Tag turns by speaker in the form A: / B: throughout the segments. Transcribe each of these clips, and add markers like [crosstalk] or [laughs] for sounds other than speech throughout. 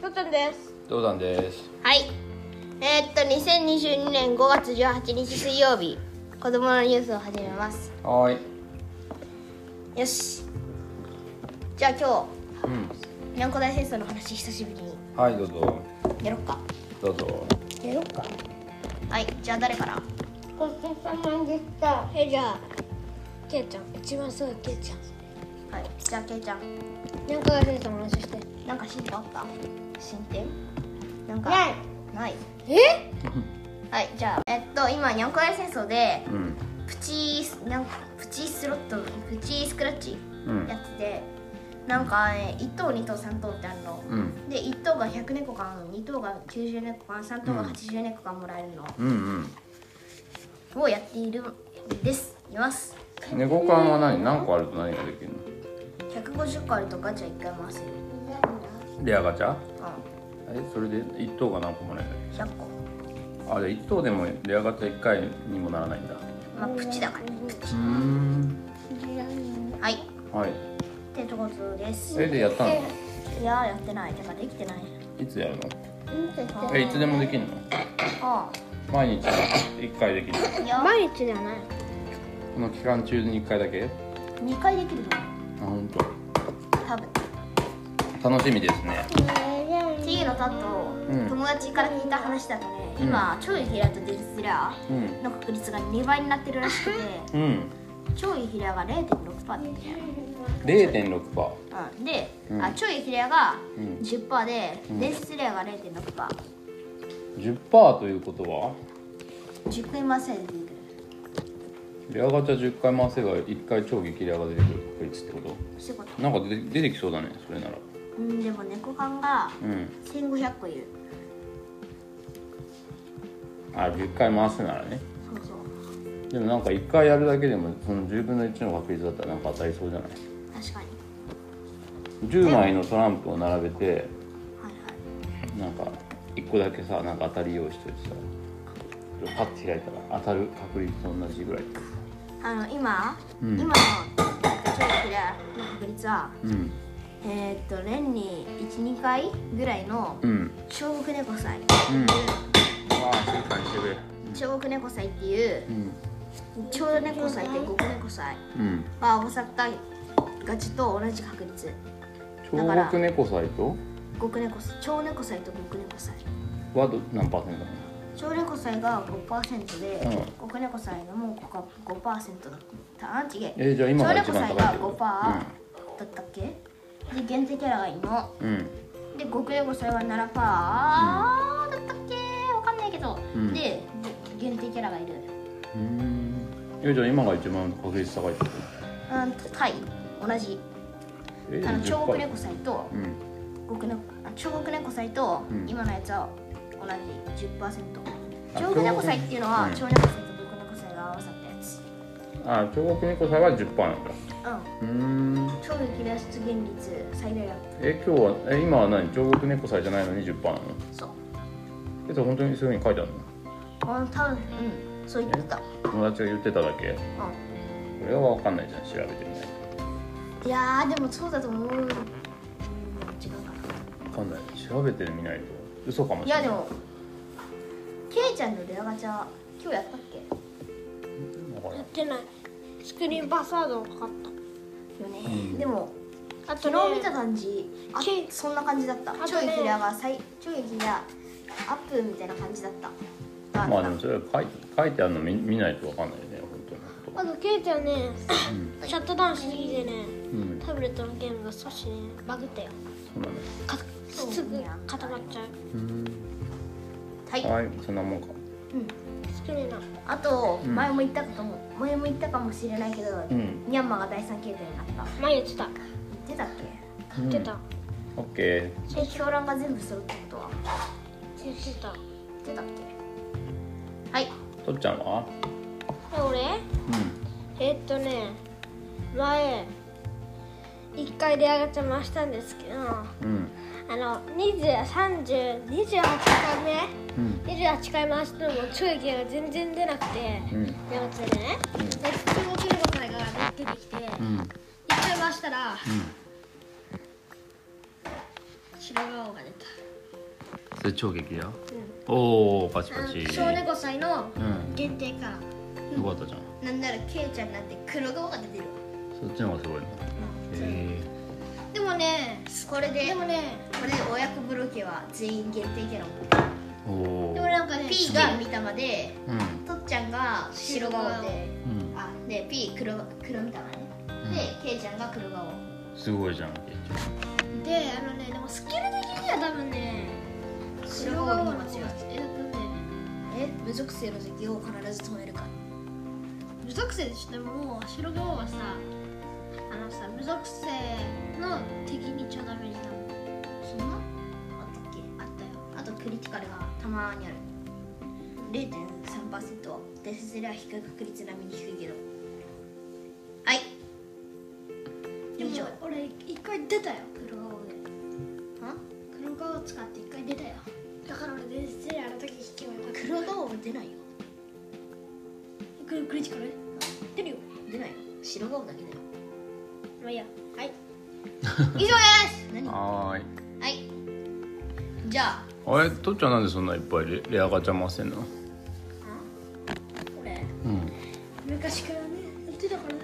A: とたんです
B: どうなんです
A: はいえーっと2022年5月18日水曜日子供のニュースを始めます
B: はーい
A: よしじゃあ今
B: うん
A: 日南古大戦争の話久しぶりに
B: はいどうぞ
A: やろっか
B: どうぞ
A: やろっかはいじゃあ誰から
C: ごちそうさまでした。え、じゃあ、けいちゃん、一番すごいけいちゃん。
A: はいじゃあけいちゃん
C: なんかが先生の話して。
A: なんか進展あった進展なんか
C: ない
A: ない
C: え
A: はいじゃあえっと今ニャンコ大戦争で
B: うん
A: プチなんかプチスロットプチスクラッチ
B: うん
A: やつでなんか、ね、1等2等3等ってあるの
B: うん
A: で1等が100猫缶2等が90猫缶3等が80猫缶もらえるの
B: うんうん
A: をやっているですいます
B: 猫缶は何何個あると何ができる
A: 150個あるとガチャ1回回せる
B: のレアガチャ
A: う
B: えそれで一等が何個もらえ
A: ん100個
B: るあじゃあ一等でもレアガチャ一回にもならないんだ
A: まあプチだからねプチ
B: うん
A: はいっ
B: はい
A: てとことです
B: それでやったの
A: いやーやってないてかできてない
B: いつやるのえいつでもできるの
A: あ
B: 毎日一回できる
A: あいや
C: 毎日ではない。
B: この期間中に一回だけ
A: 2回できるの
B: あ本
A: 多分
B: 当。楽しみですね
A: っていうのとあと、
B: うん
A: 友達から聞いた話だとね、今超イヒラとデルスレア
B: うん
A: の確率が2倍になってるらしくて
B: うん
A: 超イヒラが0.6%だったんだよ
B: 0.6%
A: うんで、
B: うん
A: あ超イヒラが
B: うん
A: 10%で、
B: ん
A: デルスレアが0.6%、
B: 10%ということは
A: 10回マスで出てくる
B: レアガチャ10回回せば1回超激レアが出てくる確率ってこ
A: そういうこと
B: なんか出て出てきそうだねそれなら
A: うんでも猫缶が
B: うん
A: 1500個いる
B: あ10回回すならね
A: そうそう
B: でもなんか1回やるだけでもその10分の1の確率だったらなんか当たりそうじゃない
A: 確かに
B: 10枚のトランプを並べて
A: はいはい
B: なんか1個だけさなんか当たり用意しといてさそれをパッて開いたら当たる確率と同じぐらい
A: あの今、
B: うん
A: 今の超イヒラの確率は
B: うん
A: えーっと年に12回ぐらいの
B: うん
A: 小国猫祭
B: うんああ静かにしてくれ
A: 小国猫祭っていう
B: うん
A: 小猫祭って極猫祭
B: うん
A: は大阪ガチと同じ確率だから
B: 超北猫サイト
A: 極猫祭超猫祭と極猫祭
B: はど何パーセントなの
A: 小猫祭が5%で、
B: うん
A: 極猫祭のもここ5%だったあ違え
B: えーじゃあ今
A: 小
B: が
A: 猫
B: 一番
A: 祭
B: 高いっ
A: が
B: て
A: 5%
B: こと
A: だったっけ、で限定キャラがいいの
B: うん
A: で極猫祭が7%、だったっけわかんないけど、
B: うん
A: で限定キャラがいる
B: うんえーじゃあ今が一番確率高いってこと
A: うんとタイ同じ
B: え
A: あの
B: 10%
A: 彫刻猫祭と
B: うん
A: 極猫あ彫刻猫祭と
B: うん
A: 今のやつは同じ10%
B: あ
A: 彫刻猫祭っていうのは
B: うん
A: 彫猫祭と極猫祭が合わさったやつ
B: あ彫刻猫祭が10%なんだ
A: う
B: うん
A: ん超激レア出現率最大アッ
B: え今日はえ今は何彫刻猫祭じゃないのに10%なの
A: プそう
B: えそれ本当にそういうふうに書いてあるの
A: あの多分うんそう言ってた
B: 友達が言ってただけ
A: う
B: これは分かんないじゃん調べてみない
A: んいやーでもそうだと思う、うん、違うか
B: 分かんない調べてみないと嘘かも
A: な
B: し
A: い
B: れ
A: や
B: ない
A: でもケイちゃんのレアガチャ今日やったっけよ
B: 分から
C: や
B: な
C: っ
B: い
C: てない。スクリーンパスワードをかかっ
A: ね、
B: うん
A: でも
C: た。あと
A: 昨日
C: ね
A: 見、た感じあ
C: ケイ
A: そんな感じだった
C: あとね
A: ちょいヒラが最ちょいヒラアップみたいな感じだったあ
B: まあでもそれは書い書いてあるの見見ないと分かんないよね本当のこと
C: あとけいちゃんね、シャットダウンしすぎてね、
B: うん
C: タブレットのゲームが少しね、バグったよ。
B: そうなんだ
C: かすぐ固まっちゃう。
A: はい、
B: はいそんなもんか
A: うん、
C: 作れない。
A: あと、
B: うん
A: 前も言ったかとも前も言ったかもしれないけど、
B: ん
A: ミャンマーが第3形態になった言
C: 前言ってた。
A: ってたっ
C: 言ってた。
B: オッケ
A: けえ狂乱が全部揃ったことは
C: 言ってた。
A: 言ってたっけはい
B: ーとっちゃんは
C: え、俺えーっとね前一回レアガチャ回したんですけどあ
B: うんうん
C: の203028回
B: うん
C: 目28回回しても超液が全然出なくて
B: うん
C: レアガチャでねで中国レゴさんが出てきて一
B: うん
C: 回回したら白顔が出た
B: 超激レア、おおパチパチ
C: 小猫祭
B: う
C: の
B: ん
C: 限定から
B: よかったじゃん
A: なんならケイちゃんなんて黒顔が出てる
B: そっちの方がすごいねへ
C: でもね
A: これで
C: で
A: こ
C: もね
A: れで親子ブロケは全員限定キャラ
B: えおお
C: でもなんかね
A: P が三玉で
B: うん
A: とっちゃんが白顔で
B: うん
A: あで P 黒黒三玉ねでケイちゃんが黒顔
B: すごいじゃん
C: であのねでもスキル的には多分ね白顔の方が強いえだってね
A: え無属性の敵を必ず止めるか
C: 無属性でしょでももう白顔はさあのさ無属性の敵にちょダメージだもん
A: そんなあったっけ
C: あったよ
A: あとクリティカルがたまにある0.3%はデスゼラは比較確率並みに低いけどはい
C: で
A: 以上
C: も俺一回出たよ黒顔で
A: あ
C: 黒顔を使って一回出たよだから俺全然あの時引けばよかった
A: 黒顔は出ないよ
C: 黒クリティカル出るよ
A: 出ないよ白顔だけだよ
C: まあいいやはい
A: [laughs] 以上です何は
B: はーい
A: いじゃあ
B: あれとっちゃんなんでそんないっぱいレレアガチャ回してんの
C: 俺
B: うん
C: 昔からねやってたからね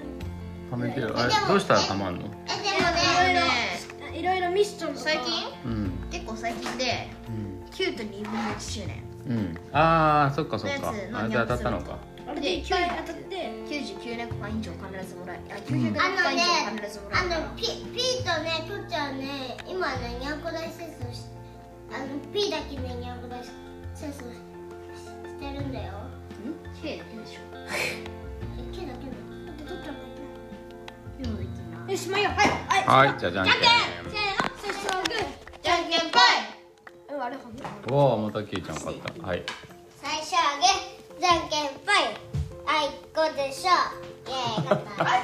B: はめてるあ
A: え
B: れ
A: でも
B: どうしたらたまんの
A: えでも
C: いろいろいろいろミッションとか
A: 最近
B: うん
A: 結構最近で
B: うん
A: キュート2分の1周年
B: うんああそっかそっか
A: のやつの
B: あれで当たったのか
C: あれで一回当たって
A: 9900万以上必ずもらえあ
B: ん
A: 900
D: あの
A: 万以
D: ね
A: 上必ずもら
D: あ
A: える
D: のピピーとねとっちゃんね今ねニャンコ大戦争しあのピーだけねニャンコ大戦争ししてるんだよ
A: ん K だけでしょ
D: けけだけだ
C: だって取ったのやって
A: でもできんな
C: ないよしまあいいやはいはい
B: はいじゃあじゃんけん
C: せーの最初はグ
A: じゃんけんぽい
C: ーうんあれほんと
B: わあまたけいちゃん勝ったはい
D: 最初はグーじゃんけんぽいあいこでしょイエーイ勝った